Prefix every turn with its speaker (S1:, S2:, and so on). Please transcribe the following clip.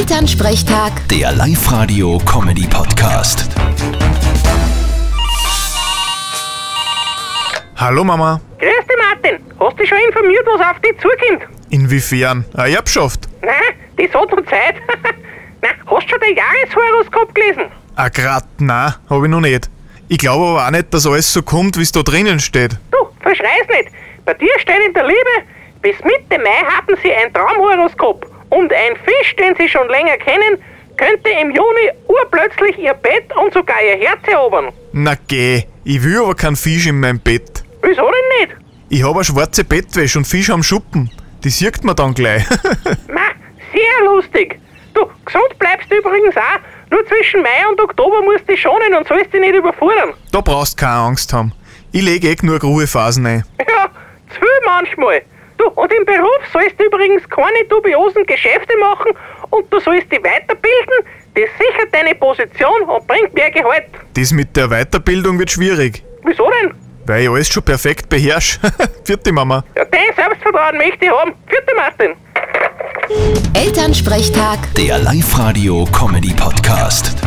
S1: Elternsprechtag,
S2: Der Live-Radio-Comedy-Podcast.
S3: Hallo Mama.
S4: Grüß dich, Martin. Hast dich schon informiert, was auf dich zukommt?
S3: Inwiefern? Eine Erbschaft?
S4: Nein, das hat noch Zeit. Nein, hast schon dein Jahreshoroskop gelesen?
S3: Ah, grad, nein, habe ich noch nicht. Ich glaube aber auch nicht, dass alles so kommt, wie es da drinnen steht.
S4: Du, verschrei's nicht. Bei dir steht in der Liebe, bis Mitte Mai haben sie ein Traumhoroskop. Und ein Fisch, den sie schon länger kennen, könnte im Juni urplötzlich ihr Bett und sogar ihr Herz erobern.
S3: Na geh, ich will aber keinen Fisch in meinem Bett.
S4: Wieso denn nicht?
S3: Ich habe eine schwarze Bettwäsche und Fisch am Schuppen. Die sieht man dann gleich.
S4: Ma, sehr lustig. Du, gesund bleibst du übrigens auch. Nur zwischen Mai und Oktober musst du dich schonen und sollst dich nicht überfordern.
S3: da brauchst keine Angst haben. Ich lege eh genug Ruhephasen ein.
S4: Ja, zu viel manchmal. Du, und im Beruf sollst du übrigens keine dubiosen Geschäfte machen und du sollst dich weiterbilden. Das sichert deine Position und bringt mehr Gehalt.
S3: Das mit der Weiterbildung wird schwierig,
S4: Wieso denn?
S3: weil ich alles schon perfekt beherrsche. Vierte Mama.
S4: Ja, dein Selbstvertrauen möchte ich haben. Vierte Martin.
S1: Elternsprechtag.
S2: Der Live-Radio-Comedy-Podcast.